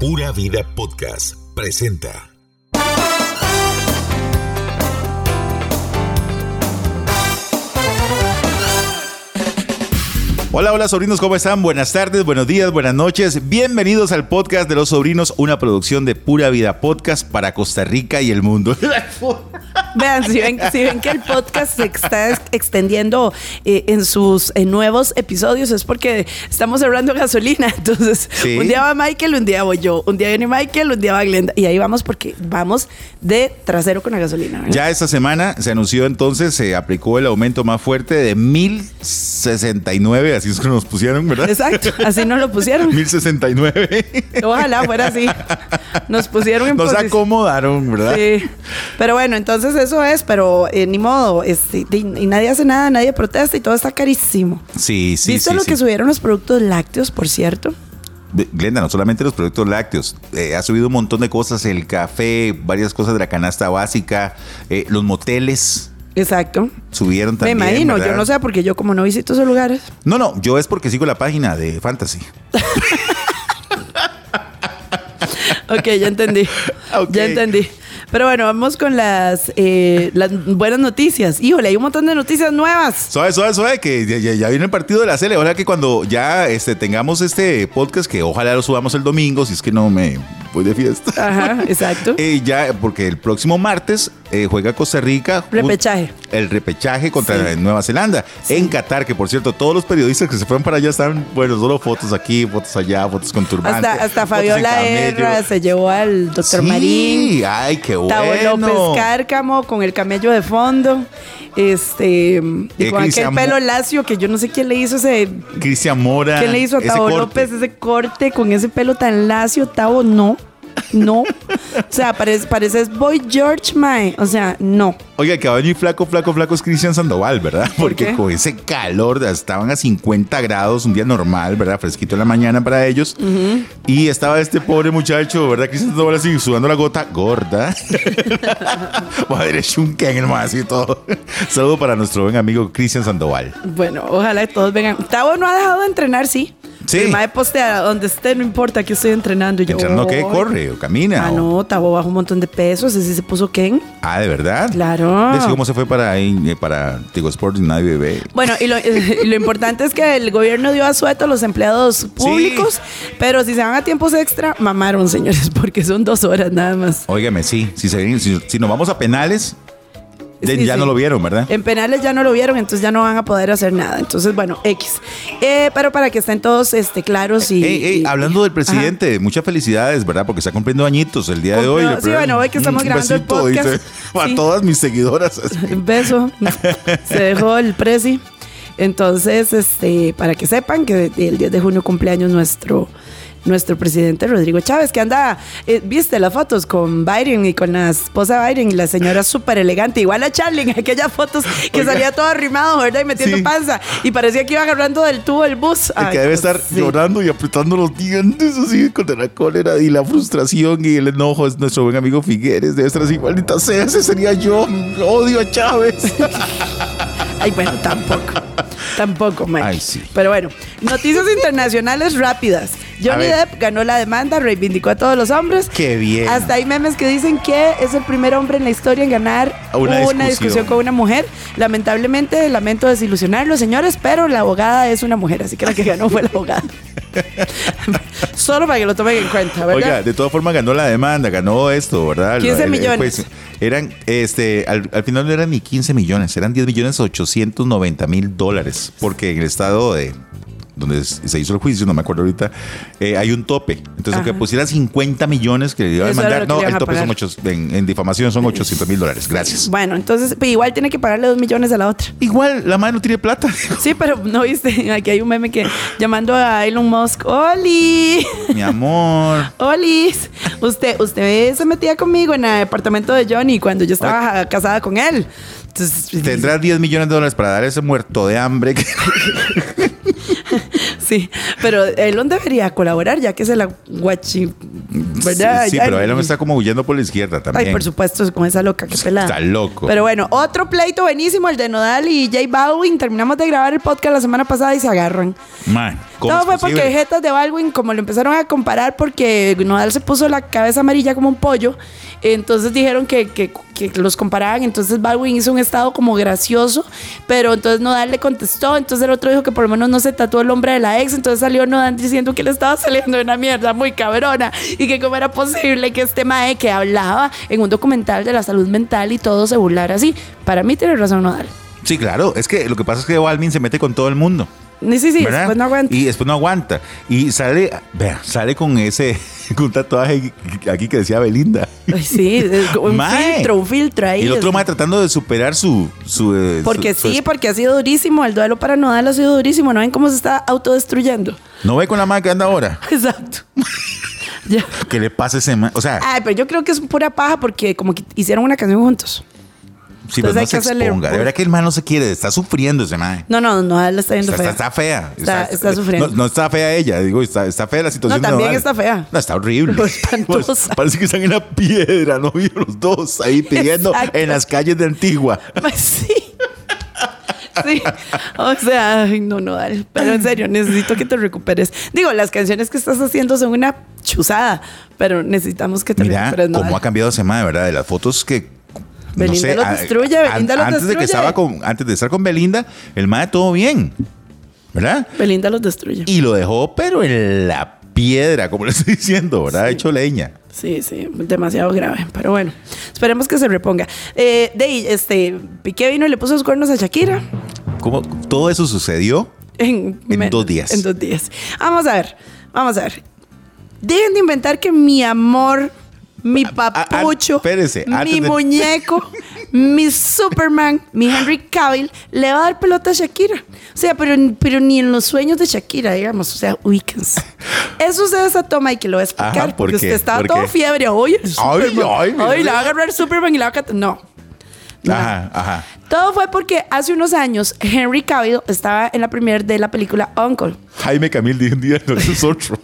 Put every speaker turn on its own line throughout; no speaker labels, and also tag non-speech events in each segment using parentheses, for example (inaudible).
Pura Vida Podcast presenta.
Hola, hola sobrinos, ¿cómo están? Buenas tardes, buenos días, buenas noches. Bienvenidos al podcast de los sobrinos, una producción de Pura Vida Podcast para Costa Rica y el mundo. (laughs)
Vean, si ven, si ven que el podcast se está ex- extendiendo eh, en sus eh, nuevos episodios es porque estamos cerrando gasolina. (laughs) Entonces,
Sí.
un día va Michael, un día voy yo, un día viene Michael, un día va Glenda. Y ahí vamos porque vamos de trasero con la gasolina. ¿verdad?
Ya esta semana se anunció entonces, se aplicó el aumento más fuerte de 1069, así es que nos pusieron, ¿verdad?
Exacto, así nos lo
(laughs)
pusieron.
1069.
Ojalá fuera así. Nos pusieron en
Nos
posición-
acomodaron, ¿verdad?
Sí. Pero bueno, entonces eso es, pero eh, ni modo. este, y, y nadie hace nada, nadie protesta y todo está carísimo.
Sí, sí,
¿Viste
sí,
lo
sí.
que subieron los productos lácteos, por cierto?
Ve- Glenda, no solamente los productos lácteos, eh, ha subido un montón de cosas, el café, varias cosas de la canasta básica, eh, los moteles
Exacto.
subieron también.
Me imagino,
¿verdad?
yo no sé, porque yo como no visito esos lugares.
No, no, yo es porque sigo la página de Fantasy.
(laughs) Ok, ya entendí. (laughs)
Ok.
Ya entendí. Pero bueno, vamos con las, eh, las buenas noticias. Híjole, hay un montón de noticias nuevas.
Suave, suave, suave, que ya, ya- ya viene el partido de la Cele. Ojalá que cuando ya este, tengamos este podcast, que ojalá lo subamos el domingo, si es que no me voy de fiesta.
(laughs) Ajá, exacto.
Eh, ya, porque el próximo martes eh, juega Costa Rica. jun-
Repechaje.
El repechaje contra
Sí.
Nueva Zelanda. En Qatar, que por cierto, todos los periodistas que se fueron para allá están, bueno, solo fotos aquí, fotos allá, fotos con turbante.
Hasta, hasta
fotos en
Fabiola
camello.
Herra se llevó al doctor
Sí,
Marín.
Ay, qué
Tavo
bueno.
López Cárcamo con el camello de fondo. Este, y
Eh,
con aquel
Cristian Mo-
pelo lacio que yo no sé quién le hizo ese.
Cristian Mora.
¿Quién le hizo a
Ah, ese
Tavo
corte.
López ese corte con ese pelo tan lacio? Tavo, no. No. o sea, pareces pareces Boy George Mae. O sea, no.
Oiga, el caballo y flaco, flaco, flaco es Cristian Sandoval, ¿verdad?
¿Por
Porque
qué?
con ese calor estaban a 50 grados, un día normal, ¿verdad? Fresquito en la mañana para ellos. Y estaba este pobre muchacho, ¿verdad? Cristian Sandoval así sudando la gota
(laughs)
gorda. Madre chunca en el más y todo. Saludo para nuestro buen amigo Cristian Sandoval.
Bueno, ojalá que todos vengan. Tavo no ha dejado de entrenar, sí.
Sí.
El Mae postea donde esté, no importa que estoy entrenando. Y yo,
¿Entrando qué?
"Ay".
¿Corre o camina?
Ah,
o-
no, Tavo bajó un montón de pesos. Ese se puso Ken.
Ah, ¿de verdad?
Claro.
Decía cómo se fue para, ahí, eh, para Tigo Sporting, nadie bebé.
Bueno, y lo, (laughs) y lo importante es que el gobierno dio asueto a los empleados públicos, pero si se van a tiempos extra, mamaron, señores, porque son dos horas nada más.
Óigame, sí, si, se- si, si nos vamos a penales, de-
Sí,
ya
sí.
no lo vieron, ¿verdad?
En penales ya no lo vieron, entonces ya no van a poder hacer nada. Entonces, bueno, X. Eh, pero para que estén todos este, claros y.
Ey, ey,
y-
hablando del presidente, muchas felicidades, ¿verdad? Porque está cumpliendo añitos el día de hoy.
Cumplió-
Le
sí, bueno, hoy que estamos
un
grabando el
besito, dice,
podcast.
(laughs) a
Sí.
todas mis seguidoras.
(laughs)
(laughs)
Un beso. Se dejó el presi. Entonces, este, para que sepan que el 10 de junio cumpleaños nuestro nuestro presidente Rodrigo Chávez, que anda, eh, viste las fotos con Biden y con la esposa Biden y la señora súper elegante, igual a Charlie (laughs) en aquellas fotos que
Oiga.
salía todo arrimado, ¿verdad? Y metiendo
Sí.
panza. Y parecía que iba agarrando del tubo el bus.
El
Ay,
que debe
Dios,
estar
sí.
llorando y apretando los dientes así contra la cólera y la frustración y el enojo. Es nuestro buen amigo Figueres. Debe estar así, maldita sea, ese sería yo. Odio a
(laughs)
Chávez.
Ay, bueno,
(laughs)
tampoco. Tampoco, Mike.
Ay, sí.
Pero bueno, noticias internacionales rápidas.
A
Johnny
ver.
Depp ganó la demanda, reivindicó a todos los hombres.
Qué bien.
Hasta hay memes que dicen que es el primer hombre en la historia en ganar
Una
una,
discusión.
discusión. con una mujer. Lamentablemente, lamento desilusionarlos, señores, pero la abogada es una mujer, así que la que ganó fue la
(laughs)
abogada. Solo para que lo tomen en cuenta, ¿verdad?
Oiga, de todas formas ganó la demanda, ganó esto, ¿verdad?
15
El- el- el
millones.
juez. eran, este, al, al final no eran ni 15 millones, eran 10 millones 890 mil dólares, porque en el estado de donde s- se hizo el juicio, no me acuerdo ahorita, eh, hay un tope. Entonces, aunque
Ajá.
pusieran 50 millones que le iban a
Eso era
mandar,
lo que
no,
le iban
el
a
tope son
pagar.
ocho, en, en difamación son 800 mil dólares. Gracias.
Bueno, entonces pues, igual tiene que pagarle dos millones a la otra.
Igual, la madre no tiene plata.
Sí, pero no viste, (laughs) aquí hay un meme que llamando a Elon Musk, ¡Oli!
Mi amor.
¡Olis! Usted, usted se metía conmigo en el departamento de Johnny cuando yo estaba casada con él. Entonces,
Tendrás 10 millones de dólares para dar ese muerto de hambre. que-
(laughs) sí, pero él no debería colaborar ya que es el guachi. ¿verdad?
(laughs) Sí, sí,
Ay,
pero él me está como huyendo por la izquierda también.
Ay, por supuesto, con esa loca, que pelada.
Está loco.
Pero bueno, otro pleito buenísimo, el de Nodal y J Baldwin. Terminamos de grabar el podcast la semana pasada y se agarran.
Man, ¿cómo
Todo
es
fue
posible?
porque Jetas de Baldwin, como lo empezaron a comparar, porque Nodal se puso la cabeza amarilla como un pollo, entonces dijeron que, que- que los comparaban, entonces Baldwin hizo un estado como gracioso, pero entonces Nodal le contestó, entonces el otro dijo que por lo menos no se tatuó el hombre de la ex, entonces salió Nodal diciendo que le estaba saliendo de una mierda muy cabrona y que cómo era posible que este mae que hablaba en un documental de la salud mental y todo se burlara así. Para mí tiene razón Nodal.
Sí, claro. Es que lo que pasa es que Balvin se mete con todo el mundo.
Sí, sí, sí,
¿verdad?
después no aguanta.
Y después no aguanta. Y sale, vea, sale con ese, (laughs) con un tatuaje aquí que decía Belinda.
Ay, sí, es como
(laughs)
un
Mae.
filtro, un filtro ahí.
y el otro
es-
más tratando de superar su. su eh,
Porque
su- su-
sí, porque ha sido durísimo. El duelo para Nodal ha sido durísimo. ¿No ven cómo se está autodestruyendo? (laughs)
No ve con la madre que anda ahora.
Exacto. (laughs) Ya.
¿Qué le pasa a ese ma- O sea,
Ay, pero yo creo que es pura paja porque como que hicieron una canción juntos.
si pues
entonces
no
hay
se
que hacerle-
exponga. De verdad que el man no se quiere, está sufriendo ese man.
No, no, Nodal la está yendo
Está,
fea.
está- está
(laughs)
fea.
Está- está sufriendo.
No, no está fea ella, digo, está, está fea la situación.
No,
de
también
Nodal.
está fea.
No, está horrible.
Espantosa.
Pues, parece que están en la piedra, ¿no? (laughs) Y los dos ahí pidiendo
Exacto.
en las calles de Antigua.
Pues sí. Sí, o sea, ay, no, Nodal. Pero en serio, necesito que te recuperes. Digo, las canciones que estás haciendo son una chuzada, pero necesitamos que te
Mira
recuperes. Nodal.
cómo ha cambiado ese man, de verdad, de las fotos que.
Belinda los
a-
destruye,
a-
Belinda los
antes De que
destruye.
estaba con, antes de estar con Belinda, el man todo bien. ¿Verdad?
Belinda los destruye.
Y lo dejó, pero en la piedra, como le estoy diciendo, ¿verdad? Hecho leña.
Sí, sí, demasiado grave, pero bueno, esperemos que se reponga. Eh, de ahí, este, Piqué vino y le puso los cuernos a Shakira
¿Cómo todo eso sucedió?
en,
En
me-
dos días.
En dos días. Vamos a ver, vamos a ver. Dejen de inventar que mi amor, mi
a-
papucho,
espérese, Ah, antes
mi
de- (laughs)
muñeco, mi Superman, mi Henry Cavill, le va a dar pelota a Shakira. O sea, pero, pero ni en los sueños de Shakira, digamos, o sea,
(laughs)
weekends. Eso se desató, Mike, lo voy a explicar,
Ajá, ¿por
porque
qué?
usted estaba
¿Por
todo
qué?
fiebre hoy. el Superman.
ay, mi
Ay, la va a
vida.
agarrar Superman y la va a cat- No. No.
Ajá, ajá.
Todo fue porque hace unos años Henry Cavill estaba en la primera de la película Uncle.
Jaime Camil de un día no es otro, (laughs)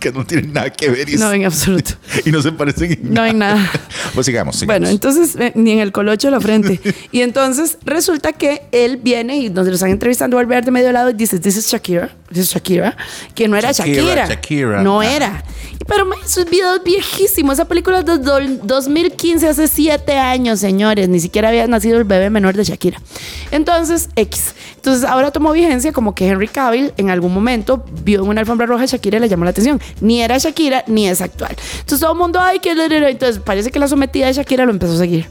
que no tienen nada que ver y,
No, en absoluto.
(laughs) y no se parecen en
No en nada.
(laughs) Pues sigamos, sigamos.
Bueno, entonces, eh, ni en el colocho de la frente. Y entonces resulta que él viene y donde lo están entrevistando al ver de medio lado y dice, this is Shakira, this is Shakira, que no era Shakira.
Shakira, Shakira.
No
Ah.
era. Y Pero ma, esos videos viejísimos, esa película es de do- 2015, hace siete años, señores. Ni siquiera había nacido el bebé menor de Shakira. Entonces, X. Entonces ahora tomó vigencia como que Henry Cavill en algún momento vio en una alfombra roja a Shakira y le llamó la atención. Ni era Shakira, ni es actual. Entonces todo el mundo, ay, que... Entonces parece que la sometida de Shakira lo empezó a seguir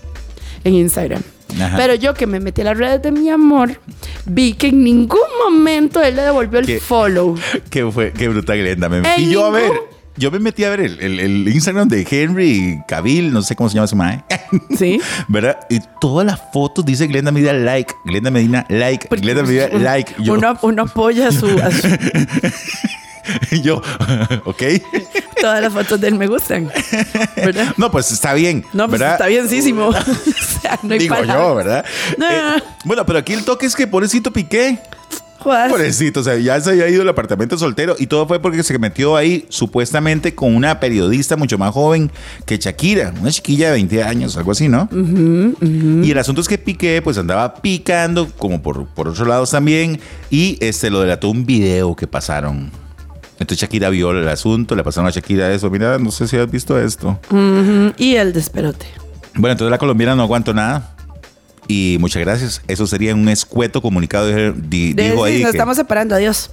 en Instagram.
Ajá.
Pero yo que me metí a las redes de mi amor, vi que en ningún momento él le devolvió el
¿Qué?
follow.
Qué, fue, qué brutal, Glenda. Me
Ey,
metí yo a
ningún-
ver. Yo me metí a ver el, el- el Instagram de Henry Cavill, no sé cómo se llama ese mae. (laughs)
Sí.
¿Verdad? Y todas las fotos dice Glenda Medina like, Glenda Medina like,
Porque
Glenda Medina
uno-
like. Yo,
Uno, uno apoya a su,
(laughs)
a su-
y (laughs) yo, (laughs) ok.
todas las fotos de él me gustan. ¿Verdad?
No, pues está bien.
No, pues
¿verdad?
está bienísimo. (laughs) O sea, no hay
Digo
palabras.
yo, ¿verdad? Eh,
No, no, no.
Bueno, pero aquí el toque es que pobrecito Piqué.
Jodas.
Pobrecito, o sea, ya se había ido al apartamento soltero y todo fue porque se metió ahí supuestamente con una periodista mucho más joven que Shakira, una chiquilla de 20 años, algo así, ¿no? Y el asunto es que Piqué pues andaba picando como por, por otros lados también y este lo delató un video que pasaron. Entonces Shakira vio el asunto, le pasaron a Shakira eso, mira, no sé si has visto esto.
Mm, Y el desperote.
Bueno, entonces la colombiana no aguantó nada. Y muchas gracias. Eso sería un escueto comunicado. dije- di-
De
dijo
sí,
ahí.
nos
que-
estamos separando, adiós.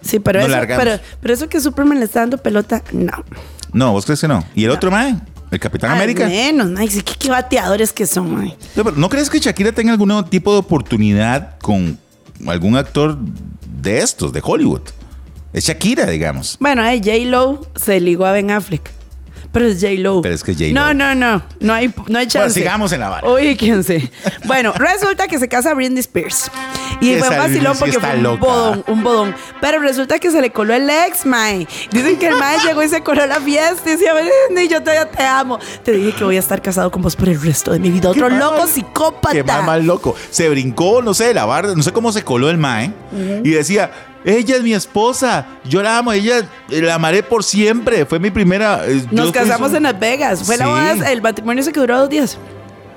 Sí, pero,
Nos
eso,
largamos.
pero, pero eso que Superman le está dando pelota, no.
No, vos crees que no. ¿Y el otro, mae? El Capitán
Al
América.
menos, mae, sí, qué, qué bateadores que son, mae.
No, pero ¿no crees que Shakira tenga algún tipo de oportunidad con algún actor de estos, de Hollywood? Es Shakira, digamos.
Bueno, eh, J-Lo se ligó a Ben Affleck. Pero es J-Lo.
Pero es que es J.Lo.
No, no, no. No hay, no hay chance.
sigamos en la vara.
Ubíquense. Bueno, resulta que se casa Britney Spears. Y
Esa
fue un
Britney
vacilón
sí
porque
está
fue un
loca.
bodón, un bodón. Pero resulta que se le coló el ex, mae. Dicen que el mae llegó y se coló a la fiesta. Y decía, Britney, yo todavía te amo. Te dije que voy a estar casado con vos por el resto de mi vida. Otro
mal.
loco psicópata.
Qué más, más loco. Se brincó, no sé, de la barra, no sé cómo se coló el mae. Y decía, Ella es mi esposa. Yo la amo. Ella eh, la amaré por siempre. Fue mi primera. eh, yo
Nos
fui
casamos
su-
en Las Vegas. Fue la
Sí.
boda- el matrimonio se que duró dos días.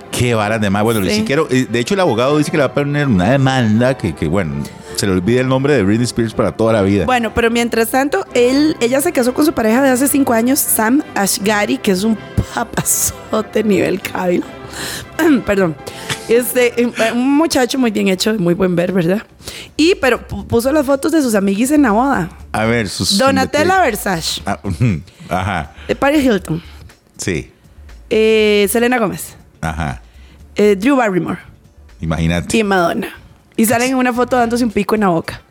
Qué varas de más. Bueno, ni
Sí.
siquiera. eh, De hecho, el abogado dice que le va a poner una demanda que, que, bueno, se le olvide el nombre de Britney Spears para toda la vida.
Bueno, pero mientras tanto, él, ella se casó con su pareja de hace cinco años, Sam Ashgari, que es un papazote nivel Kabil. (clears throat) Perdón. Este, un muchacho muy bien hecho, muy buen ver, ¿verdad? Y, pero pu- puso las fotos de sus amiguis en la boda.
A ver, sus.
Donatella Versace,
Ah, ujú. Ajá.
eh, Paris Hilton,
Sí.
eh, Selena Gómez,
Ajá.
eh, Drew Barrymore
Imagínate.
y Madonna. Y salen en una foto dándose un pico en la boca.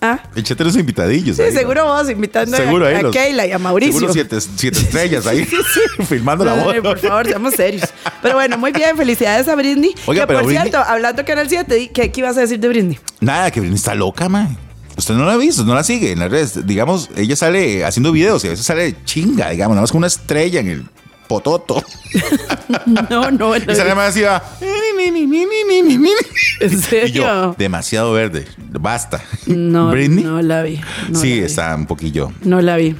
Ah,
Échate los invitadillos.
sí,
ahí, ¿no?
seguro vos invitando a-
Seguro ahí
a,
los-
Keila y a Mauricio.
Seguro siete, siete estrellas
(laughs)
ahí. (laughs) filmando la
No,
voz.
no, por favor, seamos serios. Pero bueno, muy bien, felicidades a Britney.
Oiga,
que
pero
por
Britney-
cierto, hablando que era el 7, di- ¿qué, ¿qué ibas a decir
(laughs)
de Britney?
Nada, que Britney está loca, man. Usted no la ha visto, no la sigue en las redes. Digamos, ella sale haciendo videos y a veces sale chinga, digamos, nada más con una estrella en el
(laughs)
pototo.
No, no,
Y sale
no.
más así, va.
En
(laughs) Y yo,
serio.
demasiado verde, basta.
No,
(laughs) Britney.
no la vi. no
sí,
la vi,
está un poquillo.
No la vi.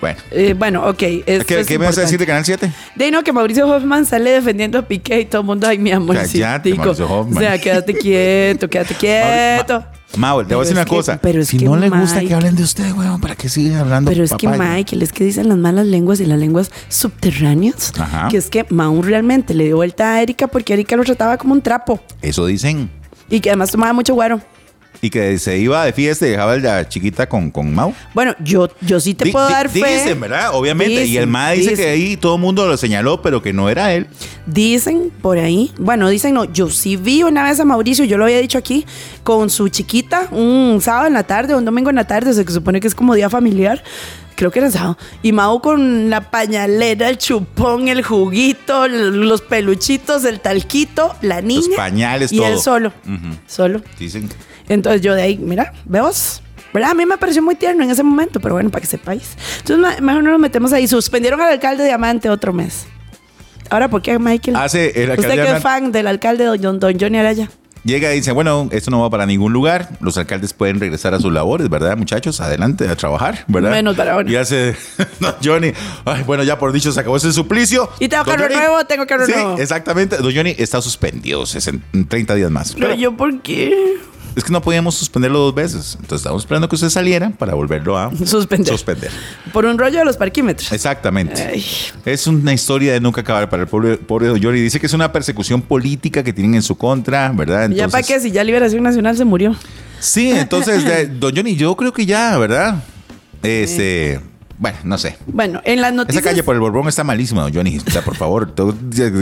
Bueno.
Eh, bueno, ok. esto
¿Qué,
es
qué me vas a decir
importante.
de Canal 7?
De ahí, no, que Mauricio Hoffman sale defendiendo a Piqué y todo el mundo, ay, mi amor.
Cállate, Mauricio Hoffman.
O sea,
(laughs)
quédate quieto, quédate quieto.
Mau, te
Pero
voy a decir
es
una
que-
cosa.
pero es
si
que
no le gusta
Mike-
que hablen de usted, weón, ¿para qué siguen hablando?
Pero es que
papaya?
Michael, es que dicen las malas lenguas y las lenguas subterráneas,
Ajá.
que es que Maun realmente le dio vuelta a Erika porque Erika lo trataba como un trapo
Eso dicen.
y que además tomaba mucho guaro.
Y que se iba de fiesta y dejaba a la chiquita con, con Mau.
Bueno, yo, yo sí te
Di-
puedo
di-
dar fe.
Dicen, ¿verdad? Obviamente. y el
Dicen,
MA dice que
dicen.
ahí todo el mundo lo señaló, pero que no era él.
Dicen por ahí, bueno, dicen no, yo sí vi una vez a Mauricio, yo lo había dicho aquí, con su chiquita, un sábado en la tarde, un domingo en la tarde, o sea, que supone que es como día familiar, creo que era sábado, y Mau con la pañalera, el chupón, el juguito, l- los peluchitos, el talquito, la niña.
pañales,
Y él
todo.
solo,
Ujú.
solo.
Dicen.
Entonces yo de ahí, mira, veos. ¿Verdad? A mí me pareció muy tierno en ese momento, pero bueno, para que sepáis. Entonces, ma- mejor no nos metemos ahí. Suspendieron al alcalde de Diamante otro mes. Ahora, ¿por qué, Michael?
Hace el Ah, alcalde
Usted que
Hernán-
es fan del alcalde don, don- don Johnny Araya.
Llega y dice, bueno, esto no va para ningún lugar. Los alcaldes pueden regresar a sus labores, ¿verdad, muchachos? Adelante, a trabajar, ¿verdad?
Menos para ahora.
Y hace, (laughs) no, Johnny, ay, bueno, ya por dicho, se acabó ese suplicio.
Y tengo
Don
carro
Johnny-
nuevo, tengo carro
sí,
nuevo.
exactamente. Don Johnny está suspendido 60 30 días más.
Pero,
Pero
yo, ¿por qué?
es que no podíamos suspenderlo dos veces. Entonces estábamos esperando que usted saliera para volverlo a
Suspender.
suspender.
Por un rollo de los parquímetros.
Exactamente.
Ay.
Es una historia de nunca acabar para el pobre, pobre Don Johnny. Dice que es una persecución política que tienen en su contra, ¿verdad?
ya para qué, si ya Liberación Nacional se murió.
Sí, entonces, de- Don Johnny, yo creo que ya, ¿verdad? Este. Bueno, no sé.
Bueno, en las
Esa
noticias.
calle por el Borbón está malísima, don Johnny. O sea, por favor, (laughs) todo-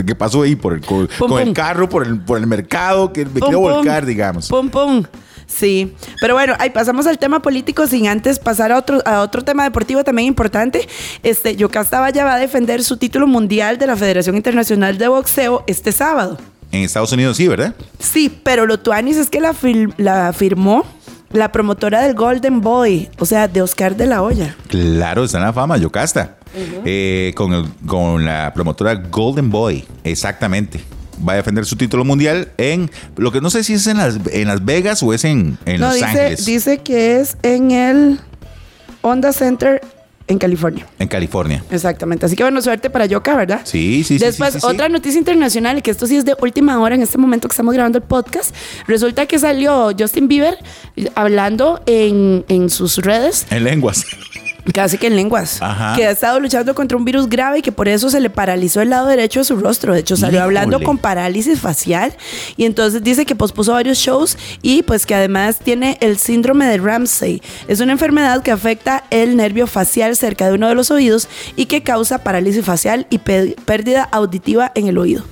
¿qué pasó ahí? Por el, con,
Pum,
con el
pum.
carro, por el, por el mercado, que me
Pum,
quiero
pum.
volcar, digamos.
Pum, pum. Sí. Pero bueno, ahí pasamos al tema político sin antes pasar a otro, a otro tema deportivo también importante. Este, Yocasta Valla va a defender su título mundial de la Federación Internacional de Boxeo este sábado.
En Estados Unidos sí, ¿verdad?
Sí, pero lo tuanis es que la, fil- la firmó la promotora del Golden Boy, o sea, de Oscar de la Hoya.
Claro, está en la fama, Yocasta. Eh, con, el- con la promotora Golden Boy, exactamente. Va a defender su título mundial en lo que no sé si es en Las, en las Vegas o es en, en
no,
Los
dice,
Ángeles,
dice que es en el Honda Center en California.
en California.
Exactamente. Así que bueno, suerte para Yoka, ¿verdad?
Sí, sí, sí,
Después,
sí, sí, sí.
otra noticia internacional, que esto sí es de última hora en este momento que estamos grabando el podcast. Resulta que salió Justin Bieber hablando en, en sus redes
En lenguas.
Casi que en lenguas.
Ajá.
Que ha estado luchando contra un virus grave y que por eso se le paralizó el lado derecho de su rostro. De hecho, salió
Híjole.
hablando con parálisis facial. Y entonces dice que pospuso varios shows y pues que además tiene el síndrome de Ramsey. Es una enfermedad que afecta el nervio facial cerca de uno de los oídos y que causa parálisis facial y pe- pérdida auditiva en el oído.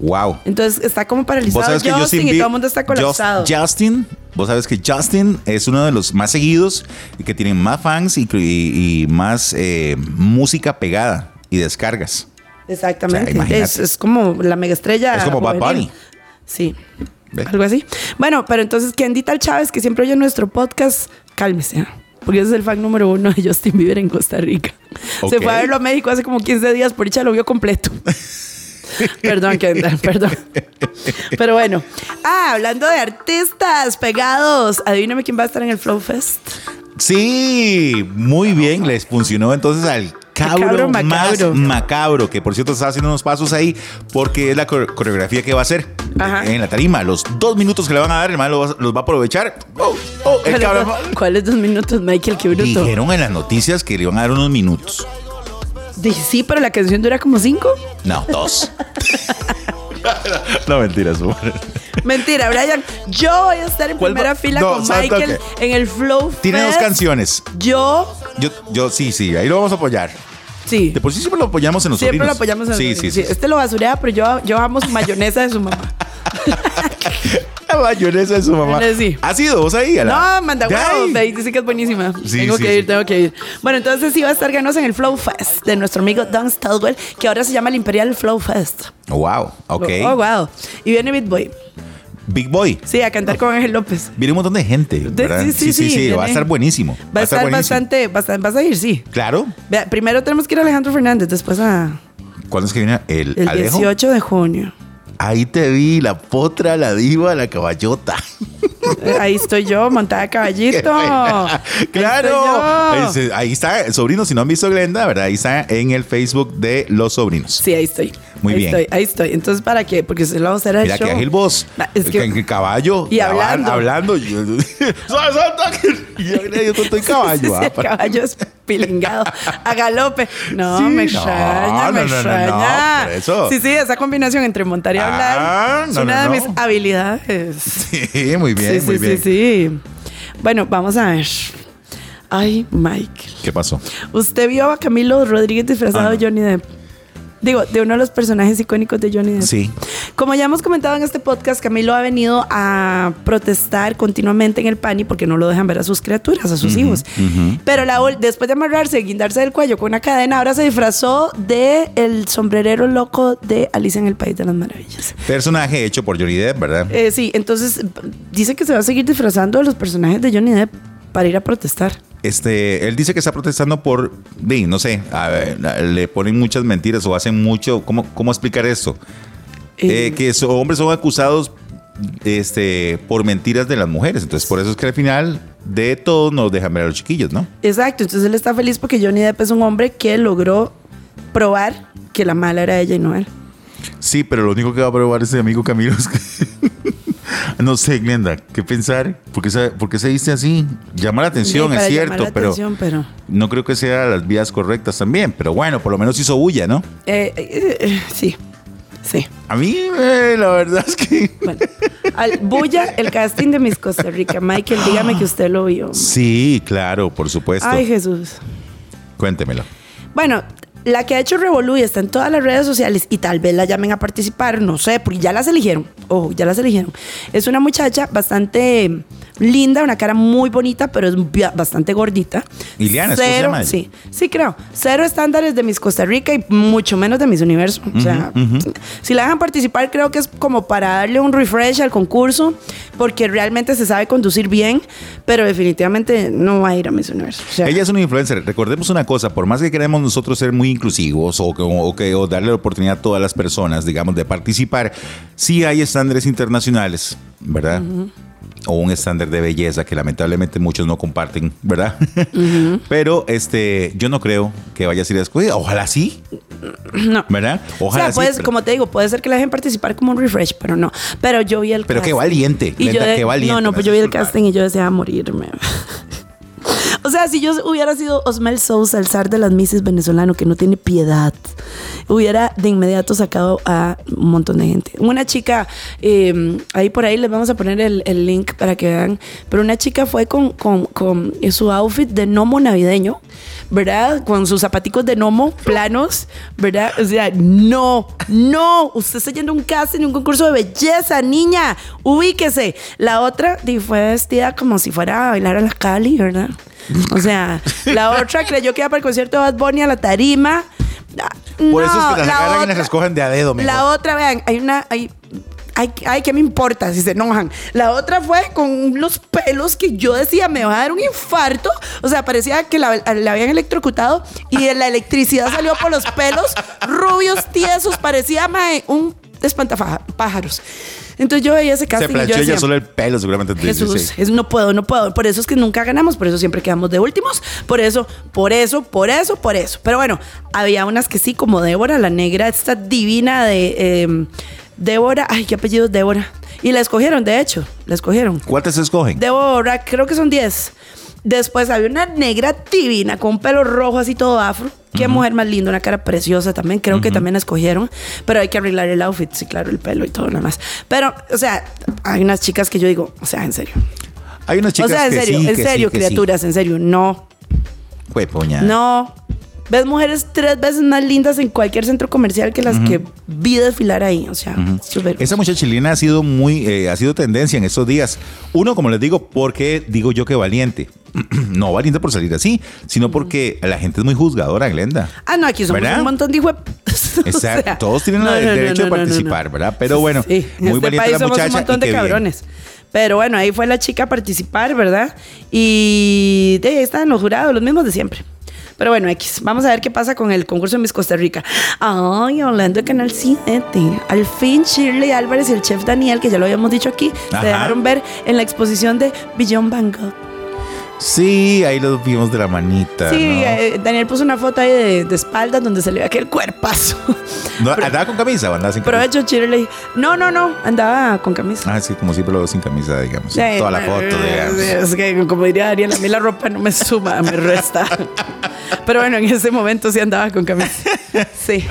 Wow.
Entonces está como
Vos
paralizado
sabes que
Justin,
Justin
y
Bie-
todo el mundo está
Just-
colapsado.
Justin, vos sabes que Justin es uno de los más seguidos y que tienen más fans y, y- y más eh, música pegada y descargas. O sea,
Exactamente.
imagínate.
es, es como la mega estrella.
Es como Bad Bunny.
Sí.
Ve.
Algo así. Bueno, pero entonces, ¿quién dita al Chávez, que siempre oye nuestro podcast, cálmese. ¿eh? Porque ese es el fan número uno de Justin Bieber en Costa Rica.
Ok. (laughs)
Se fue a verlo a México hace como 15 días, por dicha lo vio completo. Perdón, Kendall, perdón. Pero bueno. Ah, hablando de artistas pegados, adivíname quién va a estar en el Flow Fest.
Sí, muy bien, les funcionó entonces al cabro,
Cabro
más
macabro.
macabro, que por cierto está haciendo unos pasos ahí porque es la core- coreografía que va a hacer eh,
Ajá.
en la tarima. Los dos minutos que le van a dar, el man los, va- los va a aprovechar. Oh, oh, el cabro ma-
¿Cuáles dos minutos, Michael? Qué bruto.
Dijeron en las noticias que le iban a dar unos minutos.
Dije, sí, pero la canción dura como cinco.
No, dos. (laughs) no, mentiras. amor.
Mentira, Brian. Yo voy a estar en
¿Cuál va-
primera fila
No,
con
Santa,
Michael
ok.
en el Flow
Tiene dos
Fest.
canciones.
Yo,
Yo, yo sí, sí, ahí lo vamos a apoyar.
sí.
De por sí siempre lo apoyamos en los
Siempre lo
sobrinos.
apoyamos en el
sí,
sobrino.
sí, sí, sí.
Este lo basurea, pero yo, yo amo su mayonesa de su mamá.
La mayonesa de su mamá.
Bueno, sí.
¿Has ido vos ahí? a (laughs) la-
No, manda
Ya,
huevos.
ay.
de ahí Dice que es buenísima.
Sí,
tengo
sí,
que ir,
sí.
tengo que ir. Bueno, entonces sí va a estar ganos en el Flow Fest de nuestro amigo Don Stalwell, que ahora se llama el Imperial Flow Fest.
Wow, ok.
Oh, wow. Y viene Big Boy.
Big Boy.
Sí, a cantar con Ángel López.
Viene un montón de gente. ¿verdad?
sí, sí, sí,
Va a
viene-
estar buenísimo.
Va a estar
buenísimo.
bastante, bastante, vas a ir, sí.
Claro.
Vea, primero tenemos que ir a Alejandro Fernández, después a
¿Cuándo es que viene el,
el
Alejo?
18 de junio.
Ahí te vi, la potra, la diva, la caballota.
Eh, Ahí estoy yo, montada a
Qué
caballito.
buena.
Ahí
claro.
estoy yo.
Ese- Ahí está, el sobrino, si no han visto Glenda, ¿verdad? Ahí está en el Facebook de Los Sobrinos.
Sí, ahí estoy.
Muy
Ahí
bien.
Estoy, ahí estoy. Entonces, ¿para qué? Porque se lo vamos a hacer al
Mira que
show.
ágil voz.
Ma, Es
en
(laughs) que
el caballo.
Y
la van
hablando.
Hablando. Y yo, y yo, mira, yo estoy caballo.
(laughs) Sí, sí,
ah,
el
para-
caballo es pilingado a galope. No,
Sí,
me
no, no,
extraña,
no,
me
no, no,
extraña.
por eso.
Sí, sí, esa combinación entre montar y
Ah,
hablar es
no,
una
no,
de
no.
mis habilidades.
(laughs) Sí, muy bien,
sí,
muy
sí,
bien.
sí, sí. Bueno, vamos a ver. Ay, Michael.
¿Qué pasó?
¿Usted vio a Camilo Rodríguez disfrazado
Ah, no.
de Johnny Depp? Digo, de uno de los personajes icónicos de Johnny Depp.
Sí.
Como ya hemos comentado en este podcast, Camilo ha venido a protestar continuamente en el PANI porque no lo dejan ver a sus criaturas, a sus hijos. Pero la ol- después de amarrarse y guindarse del cuello con una cadena, ahora se disfrazó de el sombrerero loco de Alicia en el País de las Maravillas.
Personaje hecho por Johnny Depp, ¿verdad?
Eh, sí, entonces p- dice que se va a seguir disfrazando de los personajes de Johnny Depp para ir a protestar.
Este, él dice que está protestando por, di, no sé, a ver, le ponen muchas mentiras o hacen mucho, ¿cómo, cómo explicar esto? Eh,
Eh,
que so- hombres son acusados este, por mentiras de las mujeres, entonces por eso es que al final de todo nos dejan ver a los chiquillos, ¿no?
Exacto, entonces él está feliz porque Johnny Depp es un hombre que logró probar que la mala era ella y no él.
Sí, pero lo único que va a probar ese amigo Camilo es que- (laughs) no sé, Glenda, ¿qué pensar? ¿Por qué, se- por qué se dice así? Llama la atención,
Sí,
es
para llamar
cierto,
la
pero
atención, pero,
no creo que sea las vías correctas también, pero bueno, por lo menos hizo bulla, ¿no?
eh, eh, eh, sí, sí.
A mí, eh, la verdad es que... (laughs)
Bueno, al, Bulla, el casting de Miss Costa Rica. Michael, dígame que usted lo vio.
Sí, claro, por supuesto.
Ay, Jesús.
Cuéntemelo.
Bueno, la que ha hecho Revolú y está en todas las redes sociales y tal vez la llamen a participar, no sé, porque ya las eligieron. Ojo, ya las eligieron. Es una muchacha bastante linda, una cara muy bonita, pero es bia- bastante gordita.
Iliana, ¿es que se
Cero,
llama ella?
sí, sí creo. Cero estándares de mis Costa Rica y mucho menos de mis universo. o sea, si la dejan participar, creo que es como para darle un refresh al concurso, porque realmente se sabe conducir bien, pero definitivamente no va a ir a mis universo. O sea,
Ella es una influencer. Recordemos una cosa, por más que queremos nosotros ser muy inclusivos o, que- o que- o darle la oportunidad a todas las personas, digamos, de participar, sí hay estándares internacionales, ¿verdad? O un estándar de belleza que lamentablemente muchos no comparten, ¿verdad? (laughs) Pero este, yo no creo que vaya a ser escogida. Ojalá sí,
(clears throat) no.
¿verdad?
O sea,
Ojalá sí.
puedes,
pero-
como te digo, puede ser que la dejen participar como un refresh, pero no. Pero yo vi el
Pero qué
casting.
valiente,
Y
Glenda,
yo de-
qué valiente,
No, no,
me
pues yo vi el
haces
casting y yo deseaba morirme. (laughs) O sea, si yo hubiera sido Osmel Sousa, el zar de las mises venezolano, que no tiene piedad, hubiera de inmediato sacado a un montón de gente. Una chica, eh, ahí por ahí les vamos a poner el, el link para que vean, pero una chica fue con, con- con su outfit de gnomo navideño, ¿verdad? Con sus zapaticos de gnomo planos, ¿verdad? O sea, no, no, usted está yendo a un casting, un concurso de belleza, niña, ubíquese. La otra di, fue vestida como si fuera a bailar a la Cali, ¿verdad? O sea, la otra creyó que iba para el concierto de Bad Bunny a la tarima. Ah,
Por eso es
no,
que las agarran y las escogen de a dedo, mijo.
La otra, vean, hay una, hay, ay, ay, ¿qué me importa si se enojan? La otra fue con unos pelos que yo decía, me va a dar un infarto. O sea, parecía que la, la habían electrocutado y de la electricidad salió por los pelos rubios, tiesos, parecía mae, un espantapájaros. Entonces yo veía ese
Se
casting y yo
planchó
decía,
ella solo el pelo, seguramente. antes de
Jesús,
irse.
es, no puedo, no puedo. Por eso es que nunca ganamos, por eso siempre quedamos de últimos, por eso, por eso, por eso, por eso. Pero bueno, había unas que sí, como Débora, la negra, esta divina de eh, Débora, ay, qué apellido es Débora. Y la escogieron, de hecho, la escogieron.
¿Cuántas se escogen?
Débora, creo que son 10. Después había una negra divina con un pelo rojo así todo afro. Qué mujer más linda, una cara preciosa también. Creo que también la escogieron, pero hay que arreglar el outfit, sí, claro, el pelo y todo nada más. Pero, o sea, hay unas chicas que yo digo, o sea, en serio.
Hay unas chicas
o sea, en
que
serio,
sí,
en
que
serio,
sí, que sí.
criaturas, en serio, no,
Juepuña.
no. Ves mujeres tres veces más lindas en cualquier centro comercial que las que vi desfilar ahí, o sea, súper.
Esa muchachilina ha sido muy, eh, ha sido tendencia en estos días. Uno, como les digo, porque digo yo que valiente. (clears throat) no valiente por salir así, sino porque la gente es muy juzgadora,
(laughs)
Glenda.
Ah, no, aquí somos
¿Verdad?
un montón de hijo (laughs)
Exacto. Todos tienen el derecho de participar, ¿verdad? Pero bueno, muy
este
valiente
país
la
somos un
muchacha y
montón
qué
de
bien.
cabrones. Pero bueno, ahí fue la chica a participar, ¿verdad? Y de ahí están los jurados, los mismos de siempre. Pero bueno, X, vamos a ver qué pasa con el concurso de Miss Costa Rica. Ay, hablando de Canal 7, al fin Shirley Álvarez y el chef Daniel, que ya lo habíamos dicho aquí,
Ajá.
se dejaron ver en la exposición de Billón Van Gogh.
Sí, ahí los vimos de la manita.
Sí,
Ah, ¿no?
eh, Daniel puso una foto ahí de, de espaldas donde se le ve aquel cuerpazo. (laughs)
No, ¿Andaba con camisa o andaba sin camisa?
Provecho, Shirley. No, no, no, andaba con camisa.
Ah, sí, como siempre lo veo sin camisa, digamos.
Sí. eh,
Toda la foto, digamos.
Es que, como diría Daniel, a mí la ropa no me suma,
(laughs)
me resta. Pero bueno, en ese momento sí andaba con camisa. Sí.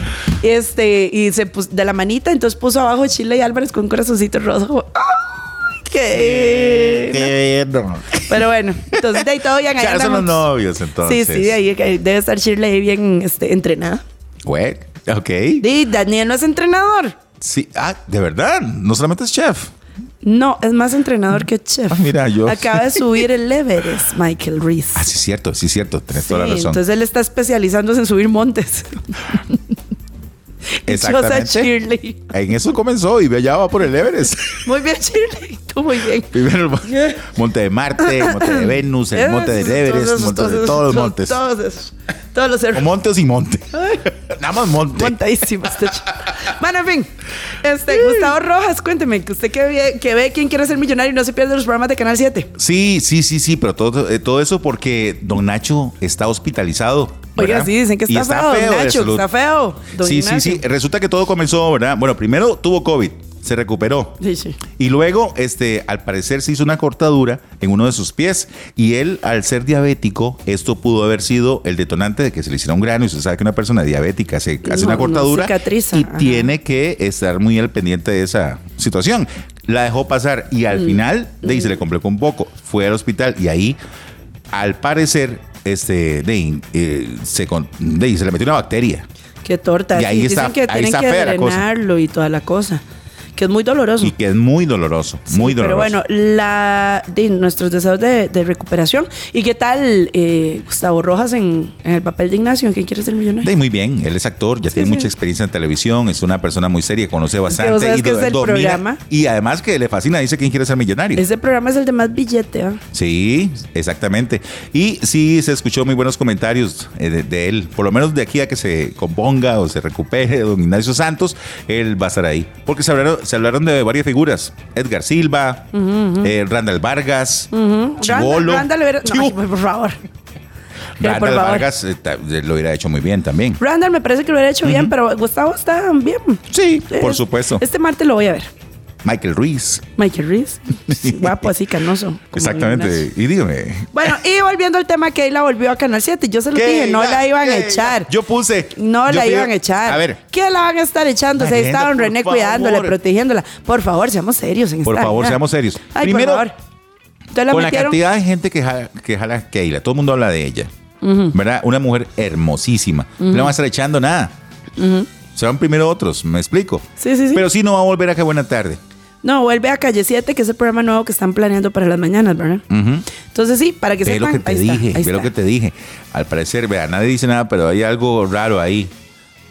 Este, y se puso de la manita, entonces puso abajo Chile y Álvarez con un corazoncito rojo. ¡Ay, qué!
Qué bien.
Pero bueno, entonces de ahí todo bien. ahí
Ya son los
andamos.
novios,
Sí,
entonces.
sí, de ahí que debe estar Shirley ahí bien este, entrenada.
Güey, ok.
Y Daniel no es entrenador.
Sí, ah, de verdad, no solamente es chef.
No, es más entrenador que chef.
Ah, mira, yo-
Acaba de subir el Everest, Michael Reese.
Ah, sí, es cierto, sí, es cierto, tenés
Sí,
toda la razón.
Entonces él está especializándose en
(laughs)
subir montes. Dichosa
Exactamente.
Shirley.
En eso comenzó y ve allá va por el Everest. (laughs)
Muy bien, Shirley. Tú muy bien.
Primero el mon- Monte de Marte, Monte de Venus, el Monte del
Esos,
Everest,
esos,
monte de
esos,
todos los montes.
Todos esos. Todos los
O
errores.
montes y
(laughs)
monte. Nada más monte.
Montadísimo este chico. Bueno, en fin. Este, Gustavo Rojas, cuénteme, que usted que ve, que ve quién quiere ser millonario y no se pierde los programas de Canal 7.
Sí, sí, sí, sí, pero todo, eh, todo eso porque don Nacho está hospitalizado.
Oiga,
¿verdad?
sí, dicen que
Y
está, feo, don
de
Nacho,
salud.
está feo. don
sí,
Ignacio.
sí, sí. Resulta que todo comenzó, ¿verdad? Bueno, primero tuvo COVID, se recuperó.
Sí, sí.
Y luego, este, al parecer se hizo una cortadura en uno de sus pies. Y él, al ser diabético, esto pudo haber sido el detonante de que se le hiciera un grano. Y usted sabe que una persona diabética se hace
No,
una
no
cortadura
cicatriza,
y
ajá.
tiene que estar muy al pendiente de esa situación. La dejó pasar y
Mm.
al final, de ahí se le complicó un poco. Fue al hospital y ahí, al parecer, este, de ahí, eh, se, con- de ahí se le metió una bacteria.
Qué torta.
Y ahí
Sí,
está-
Dicen que
ahí
tienen
está
que
fea la cosa.
drenarlo y toda la cosa. Que es muy doloroso.
Y que es muy doloroso, muy
Mm. Sí,
doloroso.
Pero bueno, la, de nuestros deseos de, de recuperación. ¿Y qué tal eh, Gustavo Rojas en, en el papel de Ignacio? ¿Quién quiere ser millonario?
De muy bien, él es actor, ya tiene
sí.
mucha experiencia en televisión, es una persona muy seria, conoce
que vos
bastante
sabes
y
que
do-
es el
domina.
programa.
Y además que le fascina, dice quién quiere ser millonario.
Ese programa es el de más billete. ¿ah?
Sí, exactamente. Y sí, se escuchó muy buenos comentarios eh, de, de él. Por lo menos de aquí a que se componga o se recupere don Ignacio Santos, él va a estar ahí. Porque se hablaron, se hablaron de varias figuras. Edgar Silva, eh, Randall Vargas, Chibolo.
Randa- Randall, hubiera- no,
Chivo-
ay, por favor.
Randall
por favor.
Vargas eh, ta- lo hubiera hecho muy bien también.
Randall me parece que lo hubiera hecho bien, pero Gustavo está bien.
Sí,
Eh,
por supuesto.
Este martes lo voy a ver.
Michael Ruiz. (laughs)
Michael Reese. Guapo, así canoso. como Ignacio.
Exactamente. Y dígame.
Bueno, y volviendo al tema, que la volvió a Canal 7. Yo se lo dije, no la iban a echar.
Yo puse.
No
yo
la
pido-
iban a echar.
A ver,
¿Qué la van a estar echando? Se
Mariela,
estaban
por
René
favor.
cuidándola, protegiéndola. Por favor, seamos serios en
Por
esta
favor,
vida.
seamos serios.
Ay,
Primero,
por favor. Entonces la
con la
metieron-
cantidad de gente que jala, que jala a Keila, todo el mundo habla de ella. ¿Verdad? Una mujer hermosísima. No van a estar echando nada. Se van primero otros, me explico.
Sí, sí, sí.
Pero sí no va a volver a que buena tarde.
No, vuelve a Calle 7, que es el programa nuevo que están planeando para las mañanas, ¿verdad? Entonces sí, para que
Ve lo
sepan.
que te
ahí está,
dije,
ahí
ve lo
está.
que te dije. Al parecer, vea, nadie dice nada, pero hay algo raro ahí.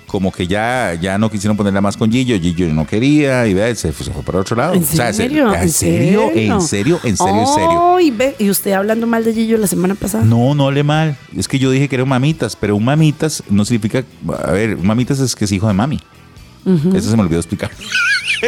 como que ya, ya no quisieron ponerla más con Gillo, Gillo no quería y vea, se, fue- se fue para otro lado.
¿En
O sea, se-
serio?
¿En serio? ¿En serio? ¿En serio? ¿En serio?
Ay, ve, y usted hablando mal de Gillo la semana pasada.
No, no le mal. Es que yo dije que era un mamitas, pero un mamitas no significa. A ver, un mamitas es que es hijo de mami. Eso se me olvidó explicar. (laughs)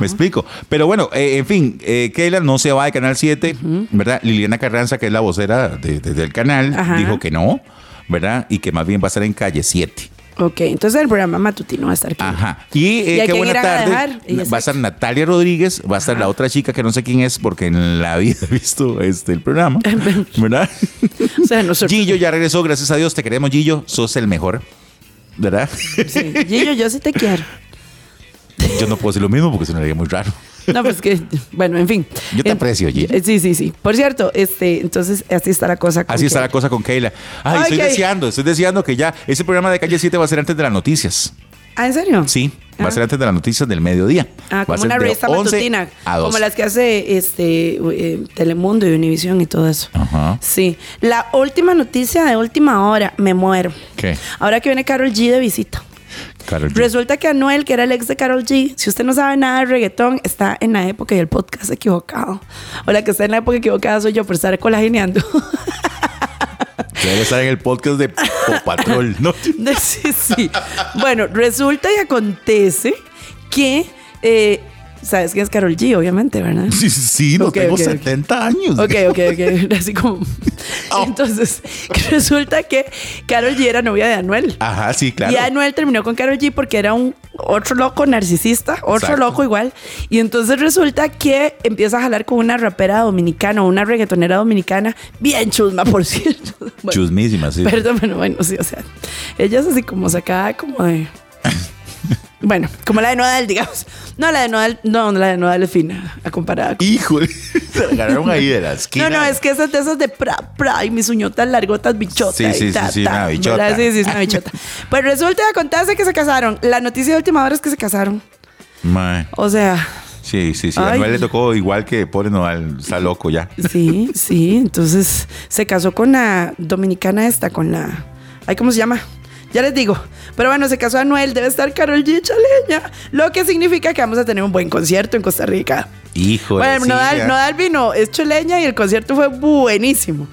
me explico. Pero bueno, eh, en fin, eh, Keila no se va de Canal 7, ¿verdad? Liliana Carranza, que es la vocera de- de- del canal,
Ajá.
dijo que no, ¿verdad? Y que más bien va a estar en calle 7.
Ok, entonces el programa matutino va a estar aquí.
Ajá. Y, eh,
¿Y a
qué
quién
buena
irán a
tarde.
dejar? Y
Va a
exacto.
estar Natalia Rodríguez, va a estar la otra chica que no sé quién es porque en la vida he visto este, el
(laughs)
programa, ¿verdad?
O sea, nosotros.
Gillo ya regresó, gracias a Dios, te queremos Gillo, sos el mejor, ¿verdad?
sí. Gillo, yo sí te quiero.
Yo no puedo decir lo mismo porque sonaría muy raro.
No, pues que, bueno, en fin.
Yo te
Eh,
aprecio, Gillo.
eh, Sí, sí, sí. Por cierto, este, entonces así está la cosa. con
Así está
que-
la cosa con Keila. Ay,
Ay,
estoy
Keila.
deseando, estoy deseando que ya ese programa de calle 7 va a ser antes de las noticias.
Ah, ¿en serio?
Sí, va a
Ah.
ser antes de las noticias del mediodía.
Ah,
va a
como
ser
una
de
revista
11
matutina.
A 12.
Como las que hace este eh, Telemundo y Univisión y todo eso.
Ajá.
Sí. La última noticia de última hora, me muero.
¿Qué?
Ahora que viene Carol G de visita.
Karol G.
Resulta que Anuel, que era el ex de Carol G, si usted no sabe nada de reggaetón, está en la época y el podcast equivocado. O la que está en la época equivocada soy yo por estar colagineando.
Debe estar en el podcast de Popatrol, ¿no?
(laughs) sí, sí. Bueno, resulta y acontece que. eh, ¿Sabes quién es Carol G? Obviamente, ¿verdad?
Sí, sí, sí, no
Ok,
tengo
ok, ok.
70 años.
Ok, ok, ok. (laughs)
(laughs)
Así como.
Oh.
Entonces, (laughs) que resulta que Carol G era novia de Anuel.
Ajá, sí, Ah, claro.
Y Anuel terminó con Karol G porque era un otro loco narcisista, otro
Exacto.
loco igual. Y entonces resulta que empieza a jalar con una rapera dominicana o una reggaetonera dominicana, bien chusma, por cierto. (laughs) Bueno,
Chusmísima, sí.
Perdón, pero bueno, sí, o sea, ella es así como sacada como
(laughs)
de. Bueno, como la de Nodal, digamos. No, la de Nodal, no, la de Nodal es fina, a comparada con.
Híjole, (laughs) se la ganaron ahí de la esquina.
No, no, es que esas de esas de pra, pra, y mis uñotas largotas, bichotas.
Sí, sí,
y ta,
sí, sí,
ta,
una bichota.
¿verdad? Sí, sí,
(laughs)
es una bichota. pues resulta que contaste que se casaron. La noticia de última hora es que se casaron.
Mae,
O sea,
Sí, sí, sí. A
Ay.
Noel le tocó igual que pobre Noel, está loco ya.
sí, sí. Entonces se casó con la dominicana esta, con la. Ay, ¿cómo se llama? Ya les digo. Pero bueno, se casó Anuel, debe estar Carol G. Chaleña. Lo que significa que vamos a tener un buen concierto en Costa Rica.
Híjole.
bueno,
Pues sí,
Nodal,
ya.
Nodal vino, es chaleña y el concierto fue buenísimo.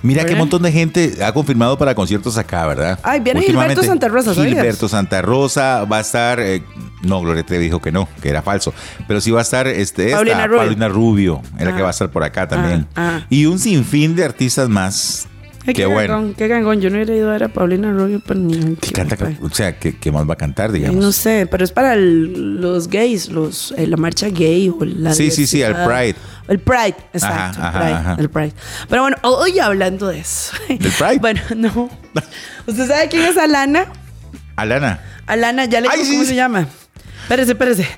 Mira qué
¿verdad?
montón de gente ha confirmado para conciertos acá, ¿verdad?
Ay, viene
Últimamente,
Gilberto Santa Rosa, ¿sabías?
Gilberto Santa Rosa va a estar. eh, no, Gloria Trevi dijo que no, que era falso. Pero sí va a estar este, esta,
Paulina Rubio.
Paulina Rubio, era que
Ah.
va a estar por acá también.
ah.
Y un sinfín de artistas más.
Ay,
qué bueno.
Gangón, qué gangón. Yo no hubiera ido a ver a Paulina Rubio, pero ni.
Que canta, o sea, que, que más va a cantar, digamos.
No sé, pero es para el- los gays, los, eh, la marcha gay o la.
Sí, sí, sí, el
diversidad.
Pride.
El Pride,
Ajá,
exacto. el
ajá,
Pride,
ajá.
El Pride. Pero bueno, hoy hablando de eso.
¿Del Pride?
(laughs) Bueno,
(laughs)
no. ¿Usted sabe quién es Alana?
Alana.
Alana, ya le digo
Ay, sí,
cómo
sí.
se llama.
(laughs)
Espérese, espérese.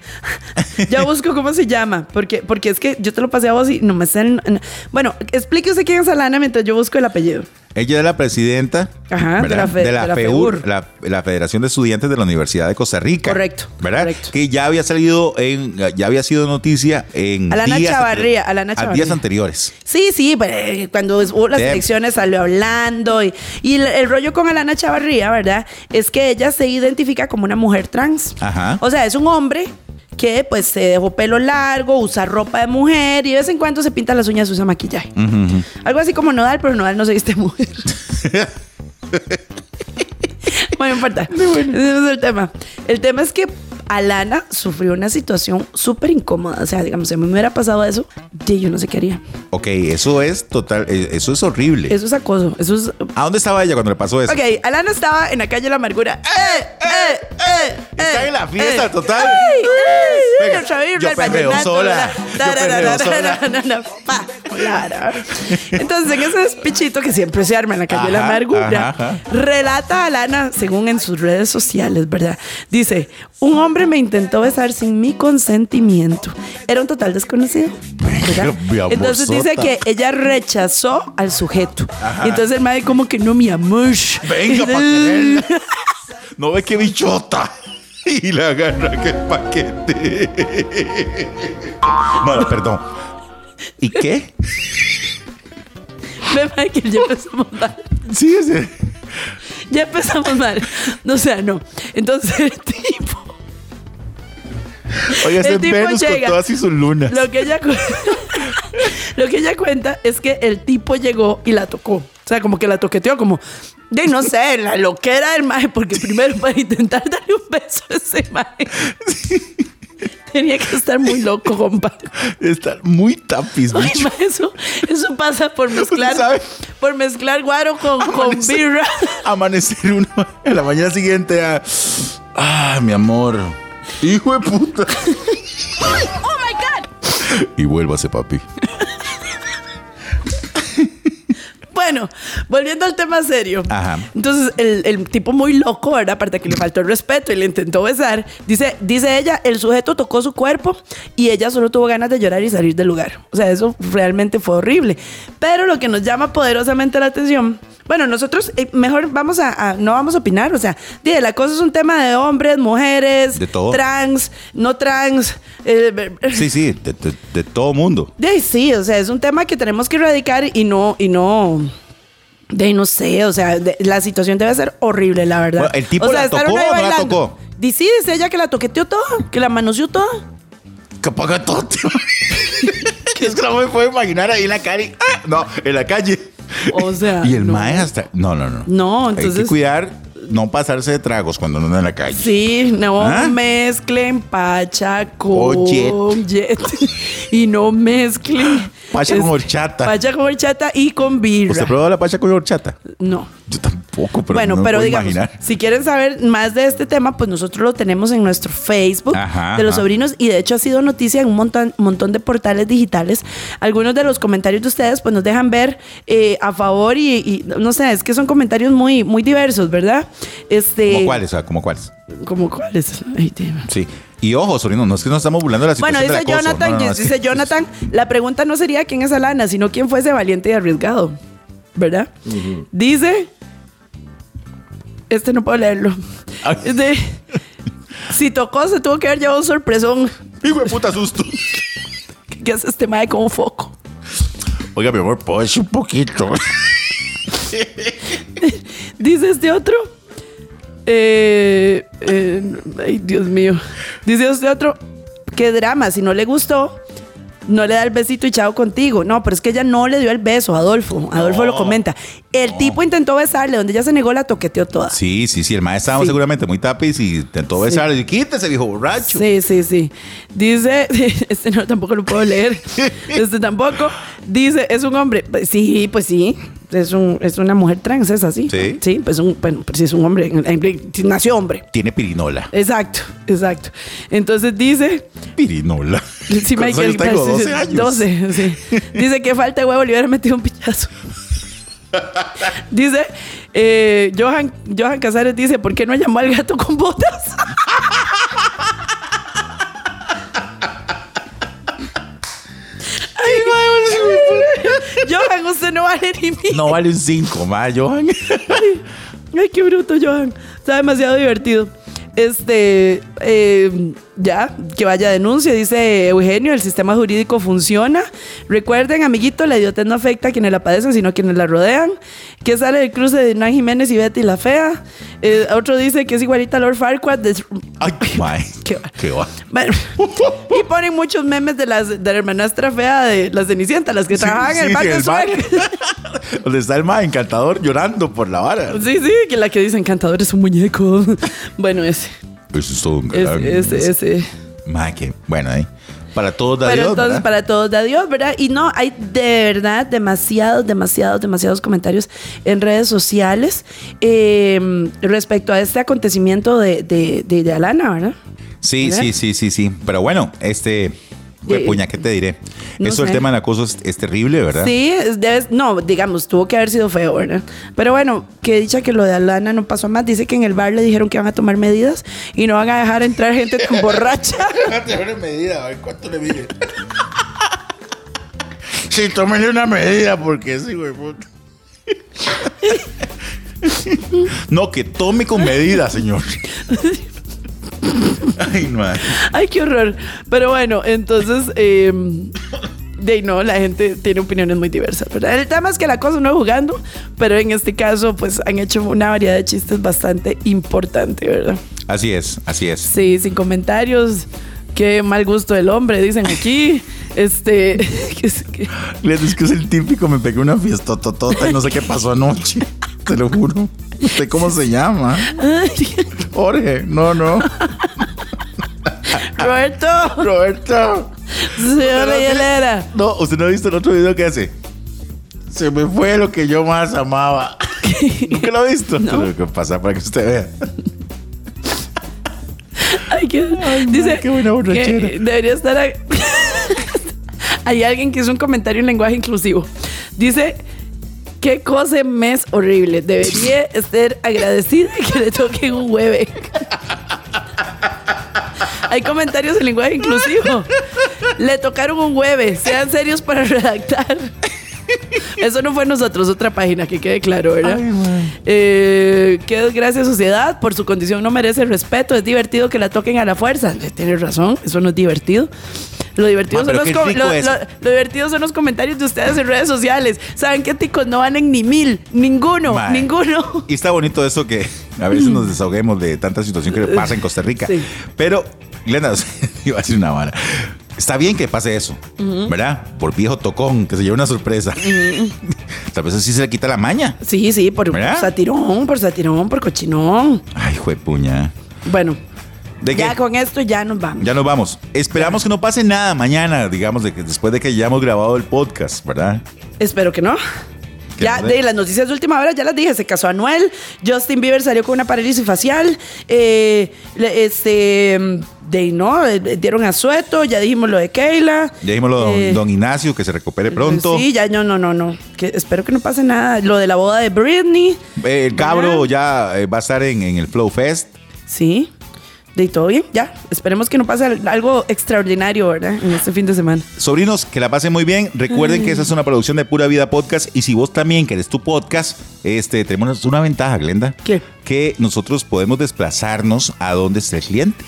Ya busco cómo se llama. Porque, porque es que yo te lo pasé a vos y no me sé. el- no. Bueno, explique usted quién es Alana mientras yo busco el apellido.
Ella es la presidenta
Ajá,
¿verdad?
de la fe- de la E
FEUR,
FEUR.
la, la Federación de Estudiantes de la Universidad de Costa Rica.
Correcto,
¿Verdad?
correcto.
Que ya había salido en, ya había sido noticia en
Alana
días
Chavarría,
anteriores-
Alana
a
Chavarría.
días anteriores.
Sí, sí, pero, eh, cuando hubo las
Dem-
elecciones salió hablando y, y el, el rollo con Alana Chavarría, ¿verdad? Es que ella se identifica como una mujer trans.
Ajá.
O sea, es un hombre que pues se dejó pelo largo, usa ropa de mujer y de vez en cuando se pinta las uñas y usa maquillaje. Algo así como Nodal, pero Nodal no se viste mujer. Bueno, no importa. Ese no es el tema. El tema es que Alana sufrió una situación súper incómoda. O sea, digamos, si a mí me hubiera pasado eso, de yo no sé qué haría.
Ok, eso es total, eh, eso es horrible.
Eso es acoso. Eso es.
¿A dónde estaba ella cuando le pasó eso?
Ok, Alana estaba en la calle de la amargura. ¡Eh! ¡Eh! ¡Eh!
Está
eh,
en la fiesta,
eh.
total.
¡Ay! ¡Ay!
Venga,
Nuestra vibra,
yo
el
perreo
vallenato,
sola,
la-
yo perreo sola.
na, na, na, pa, claro. Entonces, en ese despichito que siempre se arma en la calle de la
Ajá,
amargura,
ajá, ajá.
relata Alana, según en sus redes sociales, ¿verdad? Dice: Un hombre me intentó besar sin mi consentimiento. Era un total desconocido. ¿verdad?
Mi amor,
Entonces dice
sota.
que ella rechazó al sujeto. Y entonces el madre, como que no, mi amor. (laughs)
Venga, pa' quererla. No ve qué bichota. (laughs) Y la agarra que el paquete. (laughs) Bueno, perdón. ¿Y qué?
Ve, madre, que yo empezó a montar.
Sí, ese.
Ya empezamos mal. No, o sea, no. Entonces el tipo.
Oiga, ese
El tipo
Venus
llega.
con todas y sus lunas.
Lo que, ella cu- (laughs) lo que ella cuenta es que el tipo llegó y la tocó. O sea, como que la toqueteó, como, de no sé, la loquera del maje, porque primero para intentar darle un beso a ese
(laughs)
maje. Tenía que estar muy loco, compa.
Está muy tapiz,
Ay,
bicho.
ma, eso, eso pasa por mezclar,
sabe?
por mezclar guaro con, con
Amanecer-
birra.
Amanecer (laughs) uno en la mañana siguiente a. Ah, mi amor. Hijo de puta.
(laughs) ¡Oh, my God!
Y vuélvase, papi.
Bueno, volviendo al tema serio.
Ajá.
Entonces, el, el tipo muy loco, ¿verdad? Aparte que le faltó el respeto y le intentó besar. Dice, dice ella, el sujeto tocó su cuerpo y ella solo tuvo ganas de llorar y salir del lugar. O sea, eso realmente fue horrible. Pero lo que nos llama poderosamente la atención. Bueno, nosotros eh, mejor vamos a, a- no vamos a opinar, o sea, dije, la cosa es un tema de hombres, mujeres,
De todo.
trans, no trans, eh,
Sí, sí, de, de- de todo mundo.
de ahí sí, o sea, es un tema que tenemos que erradicar y no, y no. De ahí no sé, o sea, de- la situación debe ser horrible, la verdad.
Bueno, ¿el tipo
o sea,
la
estar
tocó
uno ahí
o no la
bailando.
tocó?
Di- sí, dice ella que la toqueteó todo, que la
(laughs)
manoseó todo.
Que paga todo. tío. (laughs) es que no me puedo imaginar ahí en la calle. Ah, no, en la calle.
O sea,
Y el
Ah, no.
mae hasta. No, no, no.
No,
Hay que
entonces-
cuidar, no pasarse de tragos cuando uno anda en la calle.
Sí, no
¿Ah? Oh,
mezclen pacha con
Oye.
jet. (laughs) Y no mezclen.
Pacha con
es-
horchata.
Pacha con horchata y con birra.
¿Usted probó la pacha con horchata?
no.
Yo tampoco, pero
bueno,
no me
pero
puedo
digamos,
imaginar.
si quieren saber más de este tema, pues nosotros lo tenemos en nuestro Facebook
Ajá,
de los
ajá.
sobrinos y de hecho ha sido noticia en un montón, montón de portales digitales. Algunos de los comentarios de ustedes pues nos dejan ver eh, a favor y, y, no sé, es que son comentarios muy, muy diversos, ¿verdad? Este,
¿Cómo cuáles? O sea, ¿cómo cuáles?
¿Cómo cuáles? Ay, tema.
Sí. Y ojo, sobrino, no es que nos estamos burlando de la situación
Bueno, dice
del acoso.
Jonathan,
No, no, no, es que-
dice Jonathan, la pregunta no sería quién es Alana, sino quién fuese valiente y arriesgado, ¿verdad? Dice, este no puedo leerlo.
Ay.
Dice, si tocó, se tuvo que haber llevado un sorpresón.
Hijo de puta susto.
¿Qué hace este mae con un foco?
(laughs) Oiga, mi amor, pues un poquito.
Dice este otro. eh, eh, ay, Dios mío. Dice este otro. Qué drama, si no le gustó, no le da el besito y chao contigo. No, pero es que ella no le dio el beso, Adolfo. Adolfo lo comenta. El tipo intentó besarle, donde ella se negó, la toqueteó toda. Sí,
Sí, sí, sí. El maestro estaba
Sí.
seguramente muy tapiz y intentó besar. Y quítese, viejo borracho.
sí, sí. Dice, (laughs) este no, tampoco lo puedo leer. Este tampoco. Dice, es un hombre. Pues Sí, pues sí. Es, un, es una mujer trans, es así.
Sí.
Sí, pues un, bueno, pues sí, es un hombre. Nació hombre.
Tiene pirinola.
Exacto, exacto. Entonces dice,
Pirinola. ¿Cuántos
sí, Michael pues,
años tengo?
Jackson,
12 años.
12, sí. Dice que falta de huevo, le hubiera metido
(laughs)
un pichazo. Dice, eh, Johan, Johan Casares dice, ¿por qué no llamó al gato
(laughs)
con botas? Ay, (laughs) Johan, usted no vale ni mí.
No vale un 5, ma, Johan.
Ay, qué bruto, Johan. Está demasiado divertido. Este, eh, ya, que vaya denuncia, dice Eugenio, el sistema jurídico funciona. Recuerden, amiguito, la idiotez no afecta a quienes la padecen, sino a quienes la rodean. Que sale del cruce de Hernán Jiménez y Betty la Fea. Eh, otro dice que es igualita a Lord Farquaad. de-
Ay, mae.
Qué va-
Qué va. (laughs)
Bueno, y ponen muchos memes de, las, de la hermanastra fea de las Cenicientas, las que
Sí,
trabajaban
sí,
en el
sí,
barco
el
Suárez.
bar. Donde está el mae encantador llorando por la vara.
(laughs) Sí, sí, que la que dice encantador es un muñeco. (laughs) Bueno, ese.
Eso es todo un galán.
Ese, ese, ese.
Mae, que bueno, ahí. Para todos, da
Pero
Dios,
entonces
¿verdad?
eh, para todos da Dios, ¿verdad? Y no, hay de verdad demasiados, demasiados, demasiados comentarios en redes sociales eh, respecto a este acontecimiento de, de, de- de Alana, ¿verdad?
Sí,
¿Verdad?
sí, sí, sí, sí. Pero bueno, este. güey,
Eh,
puña, ¿qué te diré?
no
Eso, el
sé.
tema del acoso es, es terrible, ¿verdad?
Sí, es- debes- no, digamos, tuvo que haber sido feo, ¿verdad? Pero bueno, que dicha que lo de Alana no pasó más. Dice que en el bar le dijeron que van a tomar medidas y no van a dejar entrar gente tan (laughs) borracha.
una medida, a ver cuánto le mide. sí, tómele una medida, porque sí, güey, puta. No, que tome con medida, señor. Ay, no.
(laughs) Ay, qué horror. Pero bueno, entonces, eh, de ahí no, la gente tiene opiniones muy diversas, ¿verdad? El tema es que la cosa no es jugando, pero en este caso, pues han hecho una variedad de chistes bastante importante, ¿verdad?
Así es, así es.
Sí, sin comentarios. Qué mal gusto del hombre, dicen aquí. Este. (laughs) que es- que-
Es que es el típico, me pegué una fiesta totota y no sé qué pasó anoche. Te lo juro. No sé cómo se llama. Jorge, no, no.
(laughs) Roberto,
Roberto.
señora Yelena.
No, usted no ha visto el otro video que hace. Se me fue lo que yo más
(laughs)
amaba. ¿Nunca lo ha visto?
No.
Pero que pasa para que usted vea.
Ay, qué, dice,
qué buena borrachera.
que debería estar. a- (laughs) Hay alguien que hizo un comentario en lenguaje inclusivo. Dice. Qué cosa más
(laughs)
horrible. Debería estar agradecida que le toquen un hueve. Hay comentarios en lenguaje inclusivo. Le tocaron un hueve. Sean serios para redactar. Eso no fue nosotros, otra página, que quede claro, ¿verdad? Eh, qué desgracia sociedad, por su condición no merece respeto, es divertido que la toquen a la fuerza. Eh, Tienes razón, eso no es divertido. Lo divertido,
Ma,
son
pero
los
qué
com-
rico
lo-
eso.
lo- lo divertido son los comentarios de ustedes en redes sociales. Saben que ticos no valen ni mil, ninguno,
Mae.
ninguno.
Y está bonito eso que a veces nos desahoguemos de tanta situación que pasa en Costa Rica.
Sí.
Pero, Glenda, (laughs) iba a decir una vara. Está bien que pase eso, ¿verdad? Por viejo tocón, que se lleve una sorpresa. (laughs) Tal vez así se le quita la maña.
Sí, sí, por, por
¿Verdad?
satirón, por satirón, por cochinón.
Ay, juepuña.
Bueno,
¿De
ya
qué?
con esto ya nos vamos.
Ya nos vamos. Esperamos que no pase nada mañana, digamos, de que después de que hayamos grabado el podcast, ¿verdad?
Espero que no.
Que
Ya,
no
de
sé.
las noticias de última hora, ya las dije, se casó Anuel, Justin Bieber salió con una parálisis facial, eh, le- este, de no, eh, dieron a Sueto, ya dijimos lo de Keila.
Ya dijimos lo de
Eh,
don, don Ignacio, que se recupere pronto.
Sí, ya, no, no, no, no, que espero que no pase nada, lo de la boda de Britney,
Eh, el cabro ya eh, va a estar en, en el Flow Fest.
sí, de todo bien, ya, esperemos que no pase al- algo extraordinario, ¿verdad? En este fin de semana.
Sobrinos, que la pasen muy bien. Recuerden que esa es una producción de Pura Vida Podcast. Y si vos también querés tu podcast, este, tenemos una ventaja, Glenda.
¿Qué?
Que nosotros podemos desplazarnos a donde esté el cliente.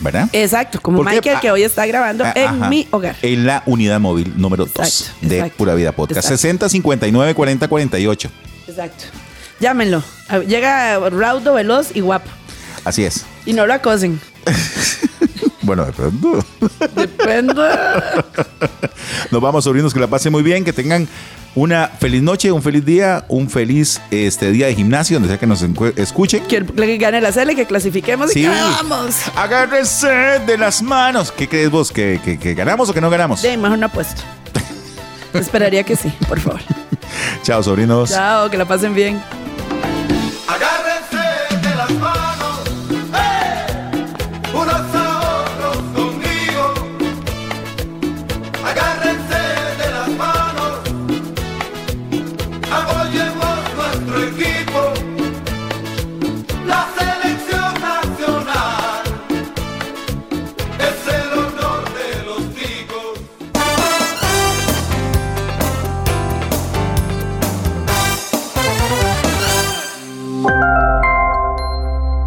¿Verdad?
Exacto, como
¿Por qué?
Michael que
Ah,
hoy está grabando
Ah,
en
ajá.
mi hogar.
En la unidad móvil número 2
Exacto,
de
exacto,
Pura Vida Podcast.
exacto.
60 59 40 48.
Exacto. Llámenlo. A- Llega raudo, veloz y guapo.
Así es. (laughs)
Y no lo acosen.
Bueno, de pronto.
Depende. (laughs)
Nos vamos, sobrinos, que la pasen muy bien, que tengan una feliz noche, un feliz día, un feliz este día de gimnasio, donde sea que nos encue- escuchen.
que, el- que gane la sele, que clasifiquemos y
Sí.
que vamos.
Agárrense de las manos. ¿Qué crees vos? ¿Que, que- que ganamos o que no ganamos?
De mejor no apuesto. Esperaría que sí, por favor.
Chao, sobrinos.
Chao, que la pasen bien.
Agárrense de las manos, ¡eh! unos a otros conmigo. Agárrense de las manos, apoyemos nuestro equipo, la selección nacional. Es el honor de los chicos.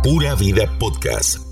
Pura Vida Podcast